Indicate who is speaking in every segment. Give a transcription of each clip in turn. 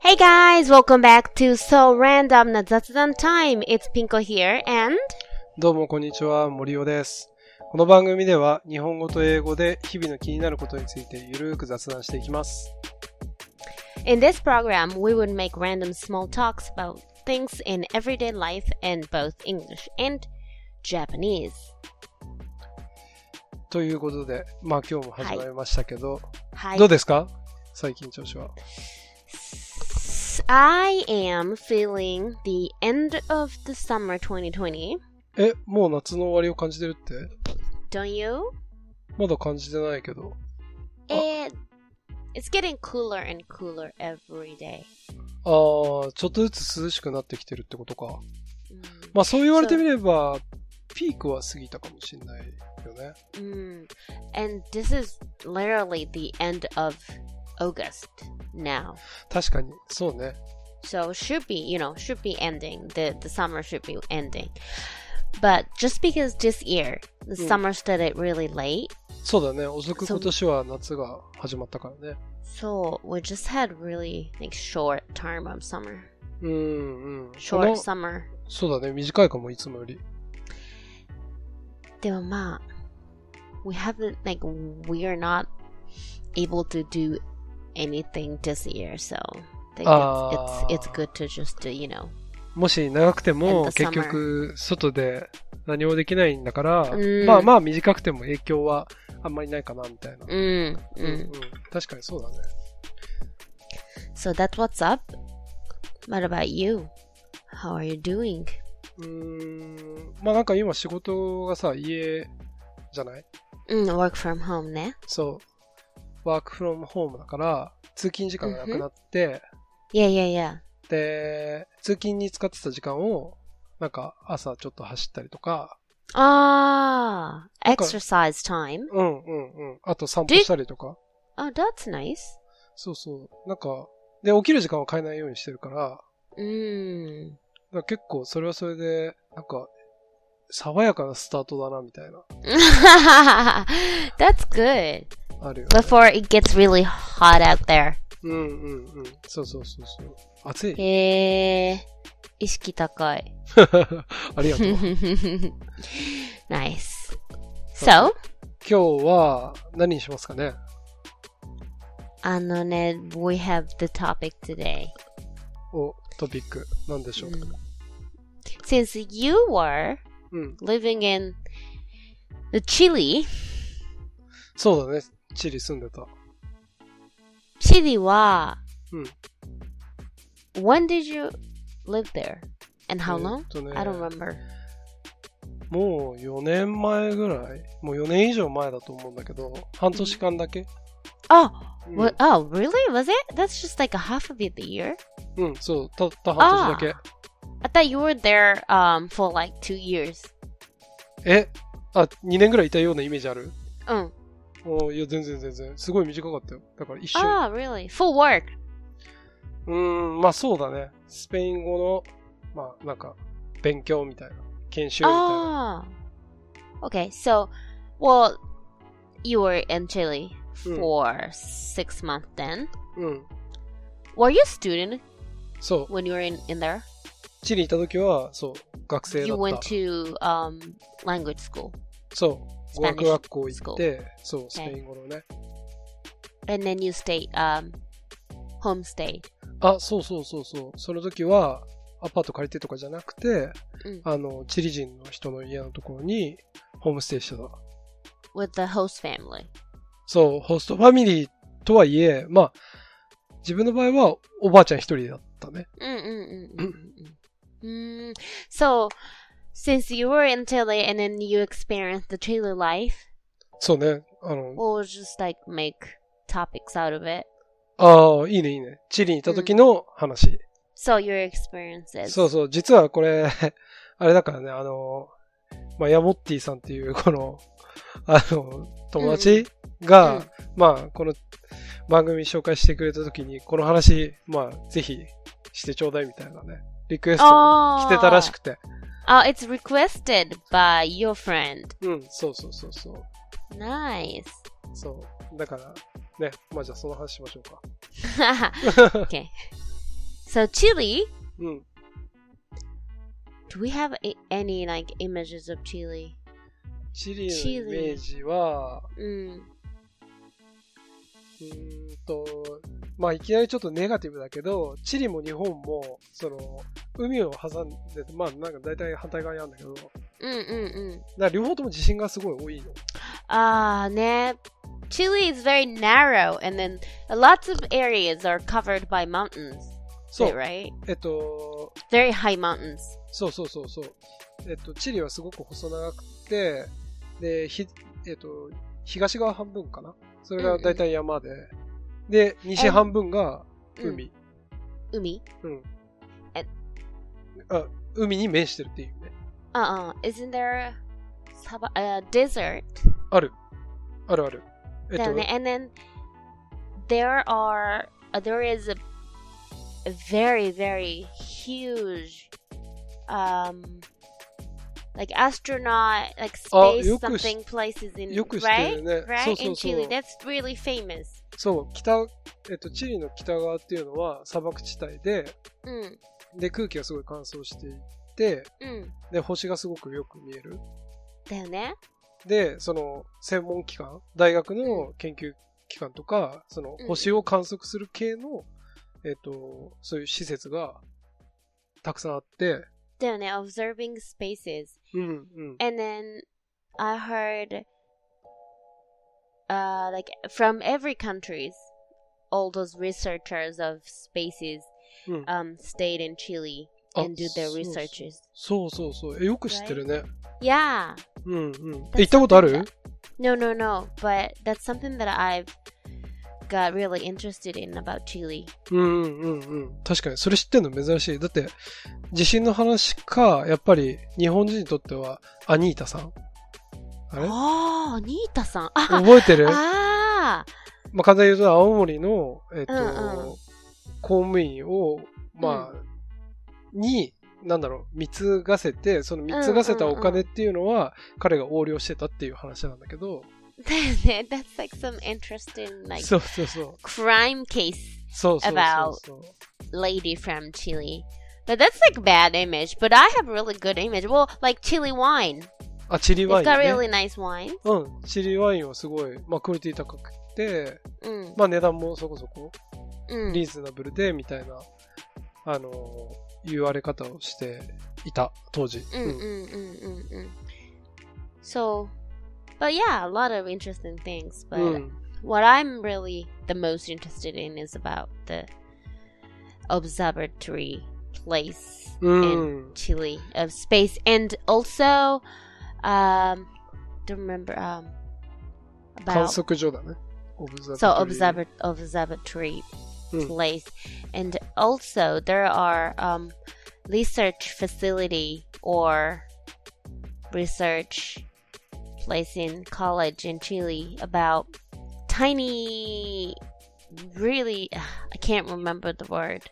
Speaker 1: Hey guys, welcome back to So Random na Zatsudan Time. It's Pinko here and
Speaker 2: どうもこんにちは、森尾です。この番組では日本語と英語で日々の気になることについてゆるーく雑談していきます。
Speaker 1: in this program we would make random small talks about things in everyday life in both English and Japanese.
Speaker 2: ということで、まあ今日も始まりましたけど、
Speaker 1: Hi.
Speaker 2: どうですか最近調子は。
Speaker 1: I am feeling the end of the summer 2020.
Speaker 2: え、もう夏の終わりを感じてるって
Speaker 1: Don't you?
Speaker 2: まだ感じてないけど。
Speaker 1: It, it's getting cooler and cooler every day.
Speaker 2: あー、ちょっとずつ涼しくなってきてるってことか。
Speaker 1: Mm.
Speaker 2: まあそう言われてみれば、ピークは過ぎたかもしれないよね。
Speaker 1: Mm. And this is literally the end of August now.
Speaker 2: 確かに、そうね。
Speaker 1: So should be, you know, should be ending. The the summer should be ending. But just because this year the
Speaker 2: Mm.
Speaker 1: summer started really late,
Speaker 2: そうだね。遅く
Speaker 1: そう
Speaker 2: 今年は夏が始まったからね。
Speaker 1: so we just had really like short term of summer.
Speaker 2: うんうん。
Speaker 1: Short
Speaker 2: この
Speaker 1: summer.
Speaker 2: そうだね、短いかも、いつもより。
Speaker 1: まあ we haven't like we are not able to do anything this year, so I think it's,
Speaker 2: Ah.
Speaker 1: it's it's good to just do, you know.
Speaker 2: もし長くて
Speaker 1: And
Speaker 2: も、
Speaker 1: the summer.
Speaker 2: 結局、外で何もできないんだから、
Speaker 1: うん
Speaker 2: まあまあ短くても影響はあんまりないかな、みたいな。
Speaker 1: Mm,
Speaker 2: うんう
Speaker 1: mm.
Speaker 2: ん確かにそうだね。
Speaker 1: So that's what's up. What about you? How are you doing?
Speaker 2: うーん、まあなんか今仕事がさ、家じゃない
Speaker 1: Mm, work from home ね。
Speaker 2: そう、ワークフロムホームだから、通勤時間がなくなって、
Speaker 1: Yeah, yeah, yeah.
Speaker 2: で、通勤に使ってた時間を、なんか朝ちょっと走ったりとか、
Speaker 1: Ah, exercise time.
Speaker 2: うんうんうん、あと散歩したりとか。
Speaker 1: Oh, that's nice.
Speaker 2: そうそう。なんか、で、起きる時間を変えないようにしてるから、
Speaker 1: Mm.
Speaker 2: なんか結構それはそれで、なんか、爽やかなスタートだな、みたいな、
Speaker 1: that's good.
Speaker 2: あるよね。
Speaker 1: Before it gets really hot out there.
Speaker 2: うんうんうん。そうそうそうそう。暑い。
Speaker 1: へえ、意識高い。
Speaker 2: ありがとう。
Speaker 1: nice.
Speaker 2: そ
Speaker 1: So,
Speaker 2: 今日は何にしますかね
Speaker 1: あのね、we have the topic today.
Speaker 2: お、トピック、なんでしょう。
Speaker 1: Mm. Since you were
Speaker 2: うん。
Speaker 1: living in the Chile,
Speaker 2: そうだね。チリ住んでた。
Speaker 1: Chile は、
Speaker 2: うん
Speaker 1: when did you live there? And how
Speaker 2: えー
Speaker 1: long?
Speaker 2: っとね
Speaker 1: I don't remember.
Speaker 2: もう4年前ぐらいもう4年以上前だと思うんだけど、半年間だけ、
Speaker 1: Oh,
Speaker 2: うん
Speaker 1: what, oh, really? Was it? That's just like a half of it the year.
Speaker 2: うん、そう、たった半年だけ。
Speaker 1: I thought you were there um for like two years.
Speaker 2: えあ、2年ぐらいいたようなイメージある
Speaker 1: うん。
Speaker 2: おいや、全然全然。すごい短かったよ。だから一瞬。
Speaker 1: Ah, really? For work.
Speaker 2: うーん、まあそうだね。スペイン語の、まあなんか、勉強みたいな。研修みたいな。
Speaker 1: Ah. Okay, so, well, you were in Chile
Speaker 2: Mm.
Speaker 1: for six months then.
Speaker 2: うん。
Speaker 1: Were you a student
Speaker 2: そう。
Speaker 1: when you were in, in there?
Speaker 2: チリ行った時は、そう、学生だ
Speaker 1: you
Speaker 2: っ
Speaker 1: went
Speaker 2: た。
Speaker 1: to um, language school
Speaker 2: そう。
Speaker 1: Spanish
Speaker 2: 語学学校行って、そう、スペイン語のね。
Speaker 1: and then you stayed um, homestay
Speaker 2: あ、そうそうそうそう。その時は、アパート借りてとかじゃなくて、
Speaker 1: うん
Speaker 2: あの、チリ人の人の家のところに、ホームステイしてた。
Speaker 1: with the host family
Speaker 2: そう、ホストファミリーとはいえ、まあ、自分の場合は、おばあちゃん一人だったね。
Speaker 1: Mm, Mm-mm-mm-mm-mm-mm. mm. so since you were in chile and then you experienced the chile life
Speaker 2: そうね。あの、
Speaker 1: we'll just like make topics out of it
Speaker 2: ああ、いいね、いいね。チリにいた時の話。
Speaker 1: so your experiences
Speaker 2: そうそう、実はこれ、 あれだからね、あの、まあ、ヤモッティさんっていう、この、あの、友達が、
Speaker 1: うん
Speaker 2: まあ、この番組紹介してくれた時に、この話、まあ、ぜひしてちょうだいみたいなね、リクエストも来てたらしくて。
Speaker 1: oh it's requested by your friend
Speaker 2: うん、そうそうそうそう。
Speaker 1: nice
Speaker 2: そう。だから、ね、まあじゃあその話しましょうか。
Speaker 1: okay So Chile,
Speaker 2: うん。
Speaker 1: do we have a- any like images of Chile?
Speaker 2: チリ
Speaker 1: チリ
Speaker 2: のイメージは、
Speaker 1: Mm.
Speaker 2: うーんと、まあ、いきなりちょっとネガティブだけど、チリも日本も、その、海を挟んでて、まあ、なんか大体反対側にあるんだけど、だか
Speaker 1: Mm mm mm.
Speaker 2: ら両方とも地震がすごい多いの。
Speaker 1: Ah, nah. Chile is very narrow, and then lots of areas are covered by mountains.
Speaker 2: そう。
Speaker 1: right?
Speaker 2: えっと、
Speaker 1: Very high mountains.
Speaker 2: そうそうそうそう。えっと、チリはすごく細長くて、で、ひ、えっと、東側半分かなそれが大体山で、で、西半分が海。
Speaker 1: Umi.
Speaker 2: うん。
Speaker 1: え
Speaker 2: あ、海に面してるっていうね。
Speaker 1: Uh uh. Isn't there a sava- a desert?
Speaker 2: ある。あるある。えっと、
Speaker 1: Then- and then there are uh, there is a, a very very huge um like astronaut like
Speaker 2: Oh,
Speaker 1: space
Speaker 2: よくし
Speaker 1: something
Speaker 2: -
Speaker 1: places in
Speaker 2: よく知ってる
Speaker 1: right
Speaker 2: よね。そう
Speaker 1: right
Speaker 2: そ
Speaker 1: in
Speaker 2: うそう
Speaker 1: Chile。that's really famous
Speaker 2: そう、北、えっと、チリの北側っていうのは砂漠地帯で、
Speaker 1: mm,
Speaker 2: で、空気がすごい乾燥していて、
Speaker 1: mm.
Speaker 2: で、星がすごくよく見える。
Speaker 1: だよね
Speaker 2: で、その、専門機関、大学の研究機関とか、その
Speaker 1: う、ん
Speaker 2: 星を観測する系の、えっと、そういう施設が、たくさんあって、
Speaker 1: だよね observing spaces
Speaker 2: うん、うん。
Speaker 1: and then I heard uh like from every countries all those researchers of spaces
Speaker 2: うん
Speaker 1: um, stayed in Chile
Speaker 2: あ
Speaker 1: and did their
Speaker 2: そうそう
Speaker 1: researches.
Speaker 2: そうそうそう。え、よく知ってるね。
Speaker 1: Yeah.
Speaker 2: うん、うん。
Speaker 1: That's
Speaker 2: え行ったことあ
Speaker 1: something
Speaker 2: る
Speaker 1: No, no, no. But that's something that I've got really interested in about Chile.
Speaker 2: うんうんうんうん。確かに、それ知ってんの珍しい。だって、地震の話か、やっぱり、日本人にとっては、アニータさん。あれ
Speaker 1: ああ、ニータさ ん。あ
Speaker 2: 覚えてる
Speaker 1: あ
Speaker 2: まあ、簡単に言うと、青森の、えっと、
Speaker 1: うんう
Speaker 2: 公務員を、まあ、に、なんだろう、貢がせて、その貢がせたお金っていうのは、彼が横領してたっていう話なんだけど、
Speaker 1: ー。だよね。That's like some interesting, like,
Speaker 2: そうそうそう。
Speaker 1: crime case
Speaker 2: そうそうそうそう。
Speaker 1: lady from Chile. But that's like bad image. But I have really good image. Well, like Chile wine.
Speaker 2: あ、チリ
Speaker 1: They've
Speaker 2: ワイン、
Speaker 1: got
Speaker 2: ね。
Speaker 1: really nice wine.
Speaker 2: うん、チリワインはすごい、まあ、クオリティ高くて、
Speaker 1: Mm,
Speaker 2: まあ、値段もそこそこ
Speaker 1: mm.
Speaker 2: リーズナブルでみたいな、あのー言われ方をしていた当時、
Speaker 1: Mm, mm, mm, mm, mm. So, but yeah, a lot of interesting things. But
Speaker 2: うん
Speaker 1: what I'm really the most interested in is about the observatory place
Speaker 2: うん、
Speaker 1: in Chile of space, and also, um, don't remember um
Speaker 2: 観
Speaker 1: about
Speaker 2: 測所だねオブザブ
Speaker 1: so observer observatory
Speaker 2: Mm.
Speaker 1: place, and also there are um research facility or research place in college in Chile about tiny really I can't remember the word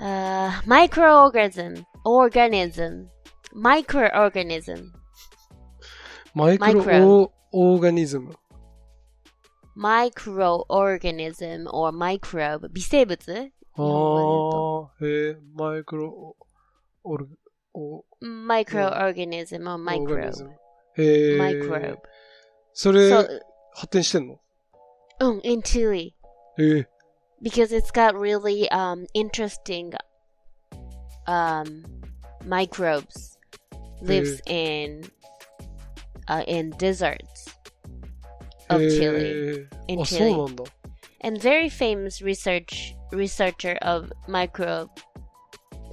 Speaker 1: uh microorganism organism microorganism
Speaker 2: マイクロ
Speaker 1: マイクロ
Speaker 2: オーガニズム
Speaker 1: microorganism or microbe 微生物
Speaker 2: ああ
Speaker 1: 語
Speaker 2: へえマイクロオルオ
Speaker 1: microorganism or
Speaker 2: オーガニズ
Speaker 1: microbe
Speaker 2: ムへえ
Speaker 1: microbe
Speaker 2: それ
Speaker 1: so
Speaker 2: 発展してんの
Speaker 1: um, in Chile
Speaker 2: へえ
Speaker 1: because it's got really um interesting um microbes lives in uh, in deserts of
Speaker 2: へ
Speaker 1: Chile
Speaker 2: え
Speaker 1: in
Speaker 2: あ
Speaker 1: Chile
Speaker 2: そうなんだ
Speaker 1: and very famous research researcher of microbe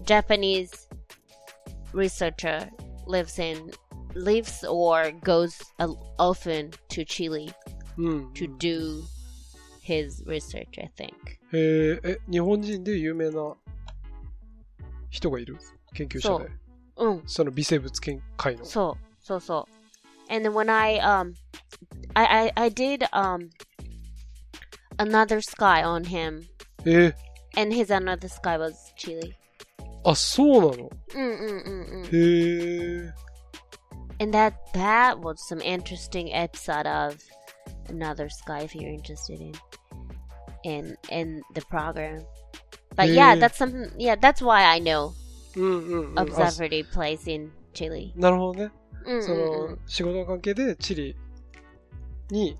Speaker 1: Japanese researcher lives in lives or goes uh, often to Chile
Speaker 2: うん、
Speaker 1: to do his research I think
Speaker 2: へええ、日本人で有名な人がいる研究者で。
Speaker 1: うん、
Speaker 2: その微生物研界の。
Speaker 1: Mm, so so so and then when I um I I, I did um another sky on him
Speaker 2: えー、
Speaker 1: and his another sky was Chile
Speaker 2: あ、そうなの
Speaker 1: mm, mm, mm, mm.
Speaker 2: へえ。
Speaker 1: And that that was some interesting episode of Another Sky if you're interested in in in the program. But yeah,
Speaker 2: Mm.
Speaker 1: that's something. Yeah, that's why I know
Speaker 2: うんうん、うん。
Speaker 1: of
Speaker 2: あ
Speaker 1: Zavrdi place in Chile.
Speaker 2: なるほどね。
Speaker 1: うん
Speaker 2: そ
Speaker 1: うんう
Speaker 2: の
Speaker 1: ん、
Speaker 2: 仕事の関係でチリに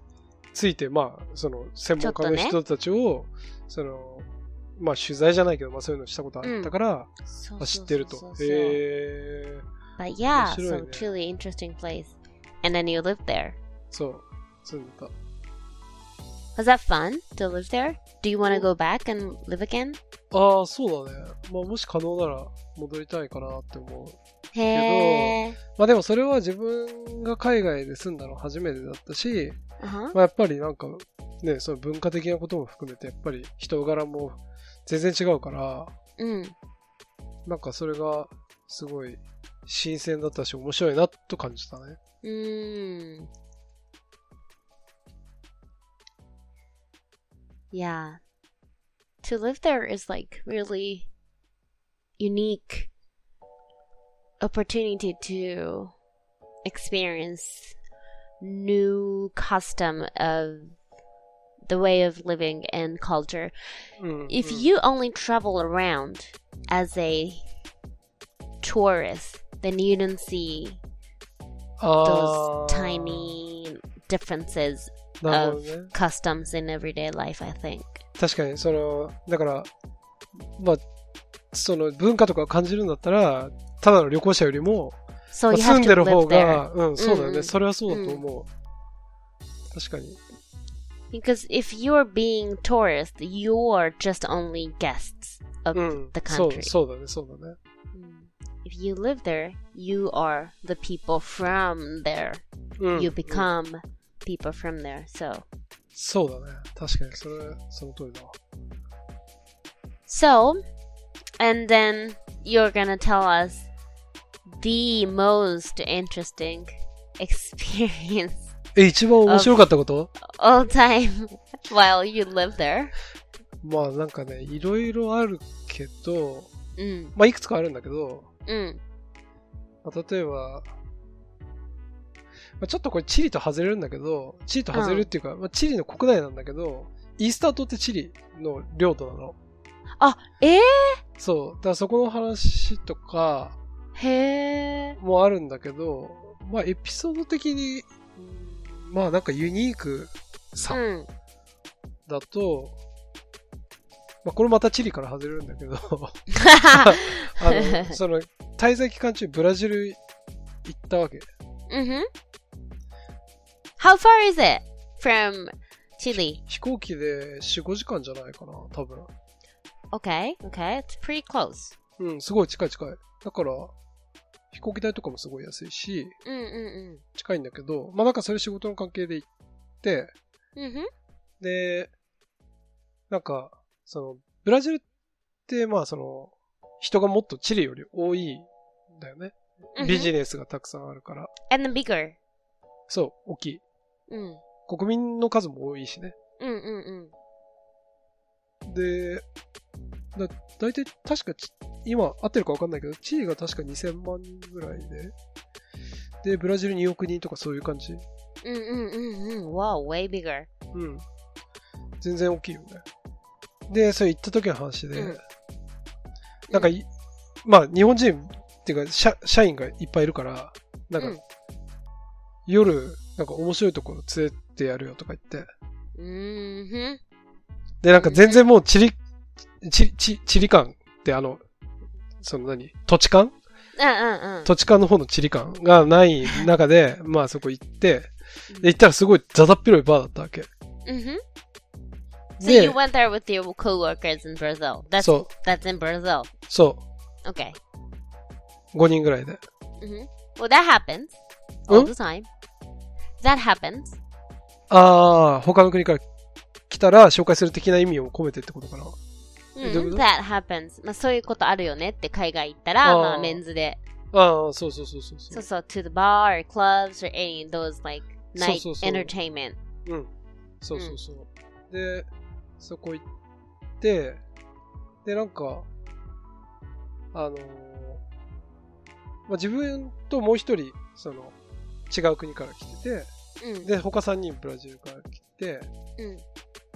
Speaker 2: ついて、まあ、その、専門家の
Speaker 1: ちょ
Speaker 2: 人たちを、その、まあ、取材じゃないけど、まあ、そういうのしたことあったから、
Speaker 1: そうそ
Speaker 2: あ
Speaker 1: う
Speaker 2: 知ってると
Speaker 1: そう。そう
Speaker 2: へえ
Speaker 1: But yeah,
Speaker 2: 面白い
Speaker 1: so
Speaker 2: ね
Speaker 1: Chile, interesting place. And then you lived there.
Speaker 2: そう。そうなんだっ
Speaker 1: Was that fun to live there? Do you want to go back and live again?
Speaker 2: た。ああ、そうだね。まあ、もし可能なら戻りたいかなって思う。
Speaker 1: へー。
Speaker 2: まあ、でもそれは自分が海外で住んだの初めてだったし、
Speaker 1: あは
Speaker 2: まあ、やっぱりなんか、ね、その文化的なことも含めて、やっぱり人柄も全然違うから、
Speaker 1: うん。
Speaker 2: なんかそれがすごい新鮮だったし面白いなと感じたね。
Speaker 1: Mm. Yeah. To live there is like really unique opportunity to experience new custom of the way of living and culture
Speaker 2: うん、
Speaker 1: if
Speaker 2: うん
Speaker 1: you only travel around as a tourist, then you don't see
Speaker 2: あ
Speaker 1: those
Speaker 2: ー
Speaker 1: tiny differences
Speaker 2: なるほどね
Speaker 1: of customs in everyday life, I think.
Speaker 2: 確かにそのだからまあその文化とかを感じるんだったらただの旅行者よりも、
Speaker 1: So
Speaker 2: まあ
Speaker 1: you
Speaker 2: 住
Speaker 1: have
Speaker 2: んで
Speaker 1: to
Speaker 2: る方
Speaker 1: live there.
Speaker 2: がうんそうだよね、
Speaker 1: うんうん
Speaker 2: それはそうだと思う、確かに
Speaker 1: Because if you're being tourist, you're just only guests of
Speaker 2: うん
Speaker 1: the
Speaker 2: そう
Speaker 1: country.
Speaker 2: そうだねそうだね
Speaker 1: Mm. If you live there, you are the people from there.
Speaker 2: うん
Speaker 1: You
Speaker 2: うん
Speaker 1: become people from there. So
Speaker 2: そうだね確かにそれその通りだわ
Speaker 1: So, and then you're gonna tell us the most interesting experience
Speaker 2: え一番面白かったこと、
Speaker 1: all time while you live there.
Speaker 2: まあなんかねいろいろあるけど
Speaker 1: Mm,
Speaker 2: まあ、いくつかあるんだけど、
Speaker 1: mm,
Speaker 2: まあ、例えば、まあ、ちょっとこれチリと外れるんだけど、チリと外れるっていうか、まあ、チリの国内なんだけど、イースター島ってチリの領土なの。
Speaker 1: え
Speaker 2: そう。だからそこの話とか
Speaker 1: ー、へー
Speaker 2: もあるんだけど、まあエピソード的に、うんまあなんかユニーク
Speaker 1: う
Speaker 2: さ
Speaker 1: ん
Speaker 2: だと、まあこれまたチリから外れるんだ けど、
Speaker 1: Mm-hmm.
Speaker 2: あの、その滞在期間中ブラジル行ったわけ。
Speaker 1: Mhm. How far is it from Chile?
Speaker 2: 飛行機で4、5時間じゃないかな、多分。
Speaker 1: Okay, okay, it's pretty close.
Speaker 2: うん、すごい近い近い。だから、飛行機代とかもすごい安いし、
Speaker 1: Mm, mm,
Speaker 2: 近いんだけど、まあなんかそれ仕事の関係で行って、
Speaker 1: mm. Mhm.
Speaker 2: で、なんか、その、ブラジルって、まあその、人がもっとチリより多いんだよね。
Speaker 1: Mhm.
Speaker 2: ビジネスがたくさんあるから、
Speaker 1: And then bigger.
Speaker 2: そう、大きい。
Speaker 1: Mm.
Speaker 2: 国民の数も多いしね。
Speaker 1: Mm, mm, mm.
Speaker 2: で、だ大体確かち、今合ってるか分かんないけど、チリが確か2000万人ぐらいで、で、ブラジル2億人とかそういう感じ。
Speaker 1: Mm, mm, mm, mm. Wow, way bigger.
Speaker 2: うん。全然大きいよね。で、それ行った時の話で、
Speaker 1: うん
Speaker 2: なんかい、まあ、日本人っていうか社、社員がいっぱいいるから、なんか、
Speaker 1: うん
Speaker 2: 夜、なんか面白いところ連れてやるよとか言って、
Speaker 1: Mhm.
Speaker 2: で、なんか全然もうチリ、チリ、チリチリ感ってあの、その何土地感
Speaker 1: Uh, uh, uh.
Speaker 2: 土地勘の方の地理感が ない中で、まあそこ行って、で行ったらすごいザザっ広いバーだったわけ。
Speaker 1: Mhm. So
Speaker 2: で
Speaker 1: you、went there with your coworkers in Brazil. That's
Speaker 2: そう、
Speaker 1: that's in Brazil.
Speaker 2: そ
Speaker 1: Okay.
Speaker 2: う、5人ぐらいで。
Speaker 1: Mhm. Well, that happens all
Speaker 2: Hmm?
Speaker 1: the time. That happens.
Speaker 2: ああ、他の国から来たら紹介する的な意味を込めてってことかな。
Speaker 1: うん
Speaker 2: どういうこと
Speaker 1: Mm-hmm. that happens. まあそういうことあるよねって海外行った
Speaker 2: あ
Speaker 1: ら、
Speaker 2: ー
Speaker 1: まあメンズで。
Speaker 2: ああ、そうそうそうそうそ
Speaker 1: そう
Speaker 2: う。
Speaker 1: そう、to the bar or clubs or any of those like
Speaker 2: そう
Speaker 1: night
Speaker 2: そうそう
Speaker 1: entertainment.
Speaker 2: うん。そうそうそう。で、そこ行って、で、なんか、あのーまあ、自分ともう一人、その、違う国から来て
Speaker 1: う
Speaker 2: て、
Speaker 1: ん。
Speaker 2: で、他3人ブラジルから来て、
Speaker 1: うん。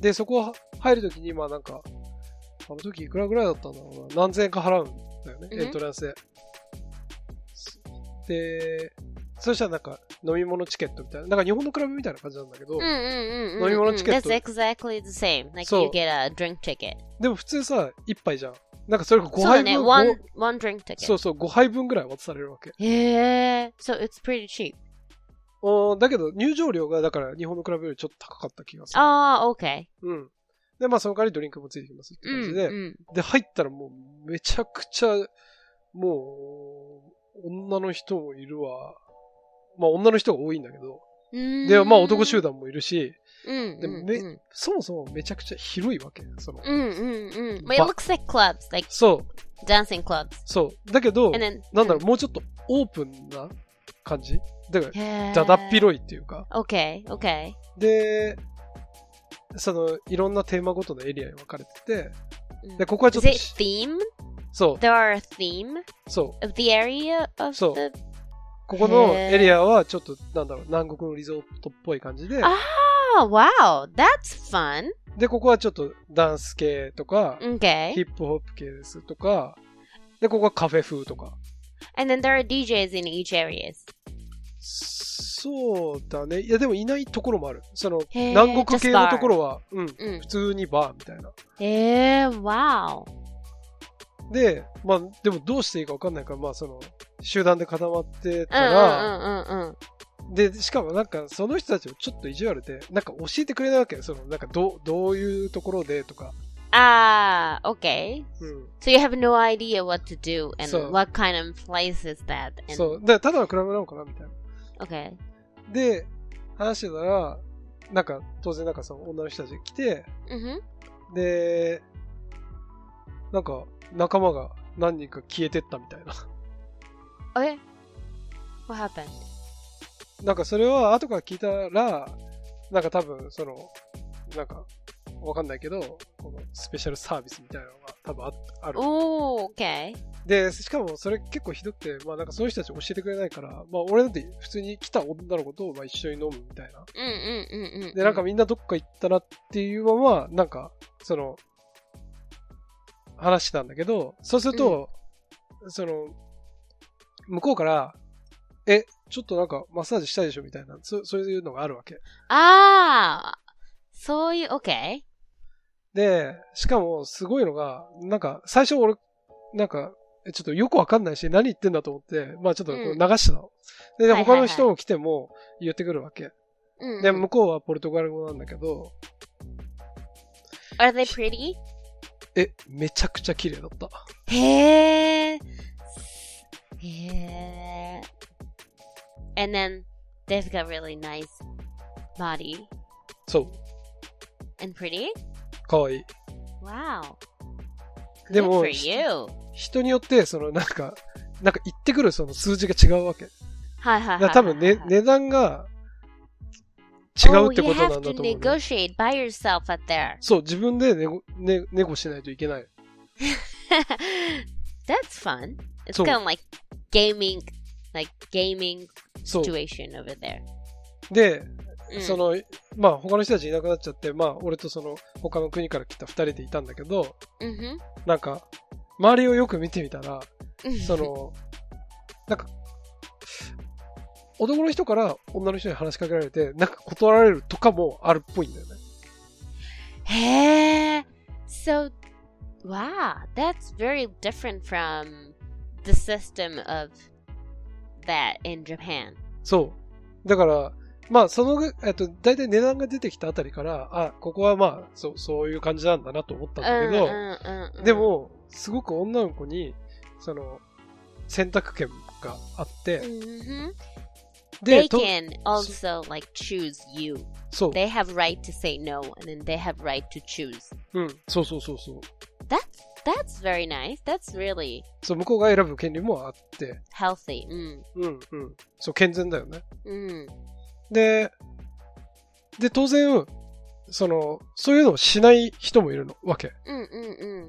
Speaker 2: で、そこ入るときに、まあなんか、あの時いくらぐらいだったんだろうな。何千円か払うんだよね、
Speaker 1: うん
Speaker 2: エントランスで。で、そしたらなんか飲み物チケットみたいな。なんか日本のクラブみたいな感じなんだけど、
Speaker 1: Mm, mm, mm,
Speaker 2: No, you
Speaker 1: mm,
Speaker 2: wanna
Speaker 1: mm.
Speaker 2: check
Speaker 1: That's
Speaker 2: it though.
Speaker 1: exactly the same. Like
Speaker 2: So-
Speaker 1: you get a drink ticket.
Speaker 2: でも普通さ、1杯じゃん。なんかそれが
Speaker 1: So
Speaker 2: 5杯
Speaker 1: then
Speaker 2: 分。
Speaker 1: one
Speaker 2: ご
Speaker 1: one drink
Speaker 2: そう
Speaker 1: ticket.
Speaker 2: そう、5杯分ぐらい渡されるわけ。
Speaker 1: Yeah. So it's pretty cheap.
Speaker 2: おーだけど入場料がだから日本のクラブよりちょっと高かった気がする。
Speaker 1: Oh, okay.
Speaker 2: うん。で、まあその代わりドリンクもついてきますって感じ
Speaker 1: Mm,
Speaker 2: で。
Speaker 1: mm.
Speaker 2: で、入ったらもうめちゃくちゃ、もう、女の人もいるわ。まあ女の人が多いんだけど。
Speaker 1: Mm,
Speaker 2: で、まあ男集団もいるし、
Speaker 1: Mm,
Speaker 2: で、
Speaker 1: mm,
Speaker 2: め
Speaker 1: mm.
Speaker 2: そもそもめちゃくちゃ広いわけ。その
Speaker 1: Mm, mm, mm. But it
Speaker 2: But-
Speaker 1: looks like clubs, like
Speaker 2: そう、
Speaker 1: dancing clubs.
Speaker 2: そう。だけど、
Speaker 1: And then
Speaker 2: なんだろう、もうちょっとオープンな感じだから、
Speaker 1: Yeah.
Speaker 2: だだっ広いっていうか。
Speaker 1: Okay, okay.
Speaker 2: で、その、いろんなテーマごとのエリアに分かれてて、
Speaker 1: Mm.
Speaker 2: で、ここはちょっ
Speaker 1: Is
Speaker 2: と
Speaker 1: it
Speaker 2: し、
Speaker 1: theme?
Speaker 2: そ
Speaker 1: There are a theme
Speaker 2: う、そう。
Speaker 1: of the area of
Speaker 2: So-
Speaker 1: the
Speaker 2: ここのエリアはちょっと、なんだろう、南国のリゾートっぽい感じで、
Speaker 1: Ah, wow. That's fun.
Speaker 2: で、ここはちょっとダンス系とか、ヒ
Speaker 1: Okay.
Speaker 2: ップホップ系ですとか、で、ここはカフェ風とか。
Speaker 1: And then there are DJs in each areas.
Speaker 2: そうだね。いや、でもいないところもある。その、
Speaker 1: へー
Speaker 2: 南国系のところは、うん、
Speaker 1: うん
Speaker 2: 普通にバーみたいな。
Speaker 1: えー、わ
Speaker 2: で、まあ、でもどうしていいかわかんないから、まあ、その、集団で固まって
Speaker 1: お。
Speaker 2: たら、
Speaker 1: うんうんうんうん。
Speaker 2: で、しかもなんか、その人たちもちょっと意地悪で、なんか教えてくれないわけよ。その、なんか、どう、どういうところでとか。
Speaker 1: あー、okay. Ah,
Speaker 2: うん。
Speaker 1: So you have no idea what to do and
Speaker 2: そう
Speaker 1: what kind of place is that? And,
Speaker 2: そう。で、ただのクラブなのかなみたいな。
Speaker 1: Okay.
Speaker 2: で、話してたら、なんか、当然なんかその女の人たちが来て、
Speaker 1: うん
Speaker 2: で、なんか、仲間が何人か消えてったみたいな。
Speaker 1: ふん。え ?What happened?
Speaker 2: なんかそれは後から聞いたら、なんか多分その、なんか、わかんないけど、このスペシャルサービスみたいなのが多分あある。
Speaker 1: おー、okay.
Speaker 2: で、しかもそれ結構ひどくて、まあなんかその人たち教えてくれないから、まあ俺だって普通に来た女の子とまあ一緒に飲むみたいな。
Speaker 1: うんうんうんうん。
Speaker 2: で、なんか、みんなどっか行ったなっていうまま、なんか、その、話したんだけど、そうすると、その、向こうから、え、ちょっとなんかマッサージしたいでしょみたいな、そそういうのがあるわけ。
Speaker 1: あー、そういう、okay.
Speaker 2: で、しかもすごいのが、なんか最初俺、なんか、えちょっとよくわかんないし、何言ってんだと思って、まあちょっとこう
Speaker 1: う
Speaker 2: 流
Speaker 1: ん
Speaker 2: してたの。で、
Speaker 1: はいはいはい
Speaker 2: 他の人も来ても言ってくるわけ。
Speaker 1: うんうん
Speaker 2: で、向こうはポルトガル語なんだけど、
Speaker 1: Are they pretty?
Speaker 2: え、めちゃくちゃ綺麗だった。
Speaker 1: へー。へー。And then they've got really nice body
Speaker 2: そう、
Speaker 1: and pretty.
Speaker 2: かわいい。
Speaker 1: Wow. Good
Speaker 2: でも
Speaker 1: for you.
Speaker 2: 人によって、そのなんか、なんか言ってくるその数字が違うわけ。だ
Speaker 1: はいはいはいは
Speaker 2: か
Speaker 1: い。
Speaker 2: ら多分、ね、値段が違うってことなんだと
Speaker 1: Oh,
Speaker 2: 思
Speaker 1: you have
Speaker 2: うね、
Speaker 1: to negotiate by yourself at there.
Speaker 2: そう、自分でネゴ、ね、ネゴしないといけない。
Speaker 1: That's fun. It's
Speaker 2: そう
Speaker 1: kind of like gaming, like gaming
Speaker 2: そう。
Speaker 1: situation over there. Mm.
Speaker 2: で、
Speaker 1: うん
Speaker 2: その、まあ他の人たちいなくなっちゃって、まあ俺とその他の国から来た二人でいたんだけど、
Speaker 1: うん
Speaker 2: なんか、周りをよく見てみたら、
Speaker 1: ふん。
Speaker 2: その、なんか、男の人から女の人に話しかけられて、なんか断られるとかもあるっぽいんだよね。
Speaker 1: へー So, wow, that's very different from the system of that in Japan.
Speaker 2: そう。だから、まあ、そのぐ、えっと、大体値段が出てきたあたりから、あ、ここはまあ、そう、そういう感じなんだなと思ったん
Speaker 1: Uh,
Speaker 2: だけど、
Speaker 1: うんうんうんうん
Speaker 2: でも、すごく女の子に、その、選択権があって、
Speaker 1: Mhm.
Speaker 2: で、
Speaker 1: they
Speaker 2: と、
Speaker 1: can also like choose you.
Speaker 2: そう、
Speaker 1: They have right to say no, and then they have right to choose.
Speaker 2: うん、そうそうそうそう。
Speaker 1: That's that's very nice. That's really
Speaker 2: そう、向こうが選ぶ権利もあって、
Speaker 1: healthy. Mm, うん
Speaker 2: うん、うん。そう、健全だよね。
Speaker 1: うん
Speaker 2: で、で、当然、その、そういうのをしない人もいるのわけ。
Speaker 1: うんう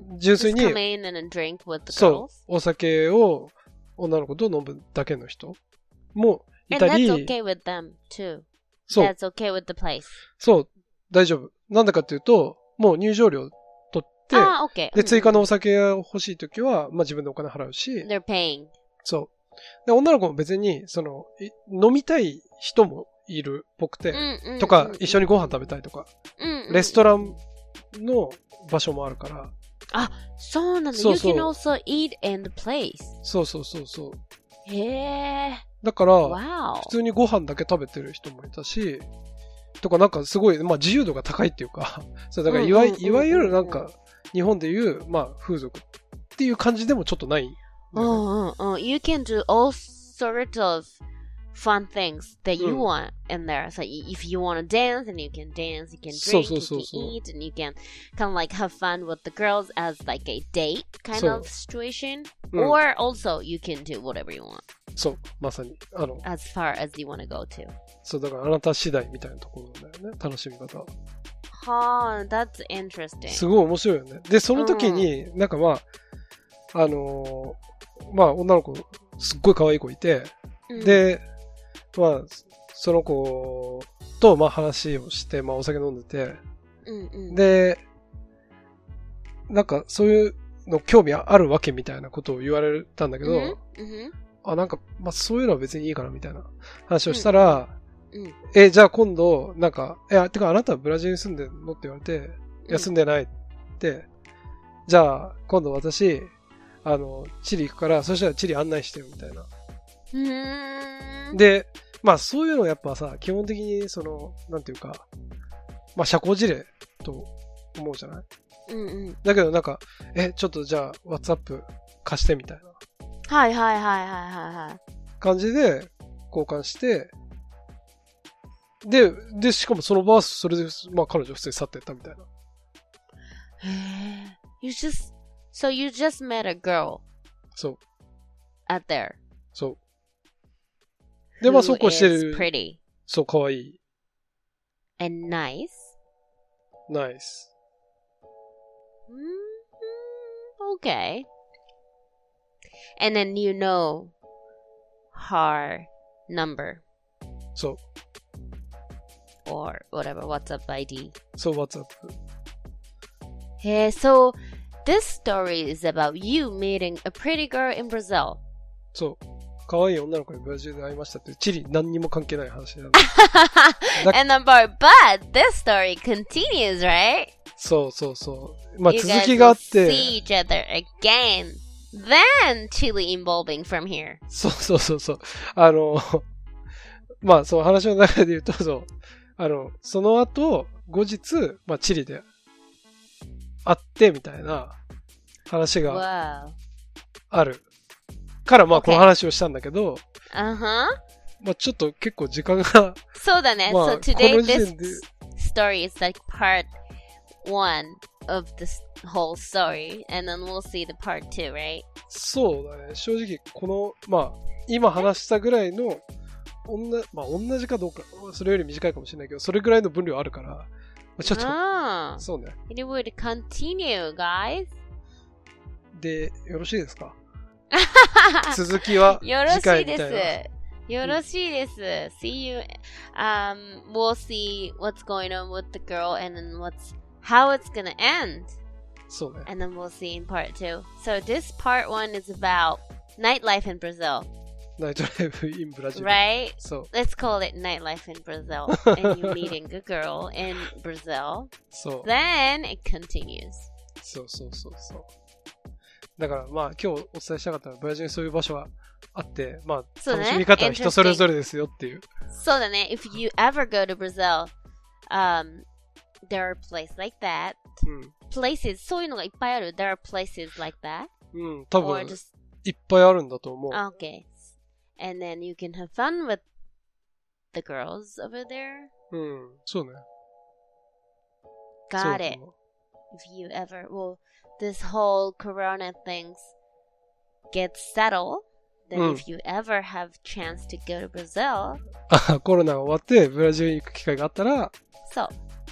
Speaker 1: んうん。
Speaker 2: 純粋
Speaker 1: mm, Just
Speaker 2: に、
Speaker 1: come in and then drink with the girls,
Speaker 2: そう、お酒を女の子と飲むだけの人もい
Speaker 1: and
Speaker 2: た
Speaker 1: that's
Speaker 2: り、
Speaker 1: okay with them too.
Speaker 2: そう、
Speaker 1: That's okay with the place.
Speaker 2: そう、大丈夫。なんでかっていうと、もう入場料取っって、
Speaker 1: ah, okay.
Speaker 2: で、
Speaker 1: Mm.
Speaker 2: 追加のお酒が欲しいときは、まあ自分でお金払うし、
Speaker 1: They're paying.
Speaker 2: そう。で、女の子も別に、その、い飲みたい人もいるっぽくて、とか、一緒にご飯食べたいとか、レストランの場所もあるから、
Speaker 1: そうなんだ。
Speaker 2: そう
Speaker 1: You can
Speaker 2: そう。
Speaker 1: also eat in the place.
Speaker 2: そうそうそうそう。
Speaker 1: へえ。
Speaker 2: だから、
Speaker 1: Wow.
Speaker 2: 普通にご飯だけ食べてる人もいたし、とかなんかすごい、まあ自由度が高いっていうか、 そう、だからいわ,、
Speaker 1: うんうんうんうん
Speaker 2: いわゆるなんか、日本でいう、まあ風俗っていう感じでもちょっとないんだよね、
Speaker 1: うんうんうん。You can do all sorts of fun things that you
Speaker 2: うん。
Speaker 1: want in there. So i- if you want to dance, and you can dance, you can
Speaker 2: そう
Speaker 1: drink,
Speaker 2: そう
Speaker 1: you
Speaker 2: そう
Speaker 1: can
Speaker 2: そう
Speaker 1: eat, and you can kind of like have fun with the girls as like a date kind
Speaker 2: そう。Mm.
Speaker 1: of situation.
Speaker 2: うん
Speaker 1: Or also you can do whatever you want
Speaker 2: そう、まさに。あの、
Speaker 1: as far as you want to go to.
Speaker 2: そう、だからあなた次第みたいなところなんだよね、楽しみ方は。
Speaker 1: Huh, that's interesting.
Speaker 2: すごい面白いよね。で、その時に、なんかまあ、あのーまあ女の子、すっごい可愛い子いて、
Speaker 1: うん。
Speaker 2: で、まあ、その子と、まあ話をして、まあお酒飲んでて、
Speaker 1: うんうん。
Speaker 2: で、なんかそういうの興味あるわけみたいなことを言われたんだけど、
Speaker 1: Mm-hmm, うんうん。
Speaker 2: あ、なんか、まあそういうのは別にいいかなみたいな話をしたら、
Speaker 1: うんうん
Speaker 2: え、じゃあ今度、なんか、え、てかあなたはブラジルに住んでんのって言われて、いや住んでないって、じゃあ今度私、あの、チリ行くから、そしたらチリ案内してよみたいな。
Speaker 1: うん。
Speaker 2: で、まあそういうのやっぱさ、基本的にその、なんていうか、まあ社交辞令と思うじゃない
Speaker 1: うんうん。
Speaker 2: だけどなんか、え、ちょっとじゃあ WhatsApp 貸してみたいな
Speaker 1: はいはいはいはいはいはい。
Speaker 2: 感じで交換して、で、で、しかもその場はそれで、まあ彼女普通に去ってったみたいな。
Speaker 1: You just so you just met a girl
Speaker 2: そう、
Speaker 1: out there.
Speaker 2: そう。で、まあ
Speaker 1: who
Speaker 2: そうこうして
Speaker 1: is
Speaker 2: る、
Speaker 1: pretty
Speaker 2: そう、可愛い
Speaker 1: and nice.
Speaker 2: ナイス。
Speaker 1: Mm, okay. And then you know her number
Speaker 2: そう、
Speaker 1: or whatever WhatsApp ID.
Speaker 2: そう、WhatsApp。
Speaker 1: Hey, so this story is about you meeting a pretty girl in Brazil.
Speaker 2: そう。可愛い女の子にブラジルで会いましたって、チリ何にも関係ない話なん
Speaker 1: and then but, but this story continues, right?
Speaker 2: そうそうそう。まあ
Speaker 1: you
Speaker 2: 続
Speaker 1: guys
Speaker 2: きがあ
Speaker 1: will
Speaker 2: って
Speaker 1: see、each other again. Then Chile involving from here.
Speaker 2: そうそうそうそう。あの、 まあ、その話の中で言うと、そう、あの、その後、後日、まあ、チリで会って、みたいな話が
Speaker 1: Wow.
Speaker 2: ある。から、まあ、
Speaker 1: Okay.
Speaker 2: この話をしたんだけど、
Speaker 1: Uh huh.
Speaker 2: まあ、ちょっと結構時間が、
Speaker 1: So then, eh,
Speaker 2: ま
Speaker 1: so
Speaker 2: あ、こ
Speaker 1: today
Speaker 2: の時
Speaker 1: this
Speaker 2: 点で、
Speaker 1: story is like part one of this whole story, and then we'll see the part two, right?
Speaker 2: そうだね。正直、この、まあ、今話したぐらいの、女、まあ、同じかどうか、それより短いかもしれないけど、それぐらいの分量あるから、まあちょっと、
Speaker 1: Ah,
Speaker 2: そうね。
Speaker 1: it would continue, guys.
Speaker 2: で、よろしいですか続きは
Speaker 1: よろし
Speaker 2: 次回
Speaker 1: い
Speaker 2: みたいな。
Speaker 1: です。よろしいです。See you. Um, we'll see what's going on with the girl and then what's how it's gonna end.
Speaker 2: そうね。
Speaker 1: And then we'll see in part two. So this part one is about nightlife in Brazil,
Speaker 2: ナイトライブインブラジル。
Speaker 1: right?
Speaker 2: そう、
Speaker 1: Let's call it nightlife in Brazil. and you meeting a girl in Brazil.
Speaker 2: そう、
Speaker 1: Then it continues.
Speaker 2: そうそうそうそう。だからまあ今日お伝えしたかったのはブラジルにそういう場所はあって、まあ
Speaker 1: そうね
Speaker 2: 楽しみ方は人それぞれですよっていう。
Speaker 1: So then if you ever go to Brazil, um, there are places like that. places そういうのがいっぱいある There are places like that
Speaker 2: うん。うん、多
Speaker 1: or
Speaker 2: 分
Speaker 1: just
Speaker 2: いっぱいあるんだと思う。
Speaker 1: okay and then you can have fun with the girls over there
Speaker 2: うん、そうね。
Speaker 1: got
Speaker 2: そう
Speaker 1: it if you ever well this whole corona things gets settled then
Speaker 2: うん
Speaker 1: if you ever have chance to go to Brazil
Speaker 2: あコロナが終わってブラジルに行く機会があったら、
Speaker 1: so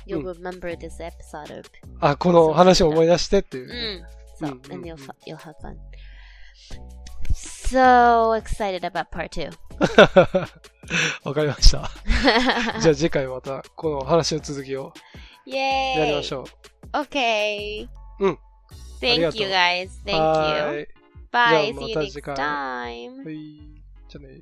Speaker 1: you'll
Speaker 2: うん
Speaker 1: remember this episode of
Speaker 2: あ、この話を思い出してっていう。
Speaker 1: Mm. So,
Speaker 2: うん、うん、
Speaker 1: and you'll
Speaker 2: うん。
Speaker 1: fu- you'll have fun. So excited about part two.
Speaker 2: わかりました。じゃあ次回またこの話の続きをやり
Speaker 1: Yay!
Speaker 2: ましょう。
Speaker 1: Okay.
Speaker 2: うん
Speaker 1: Thank you guys. Thank
Speaker 2: はー
Speaker 1: you. Bye.
Speaker 2: いじゃあ
Speaker 1: See you
Speaker 2: また次
Speaker 1: next
Speaker 2: 回
Speaker 1: time.
Speaker 2: はい。じゃあね。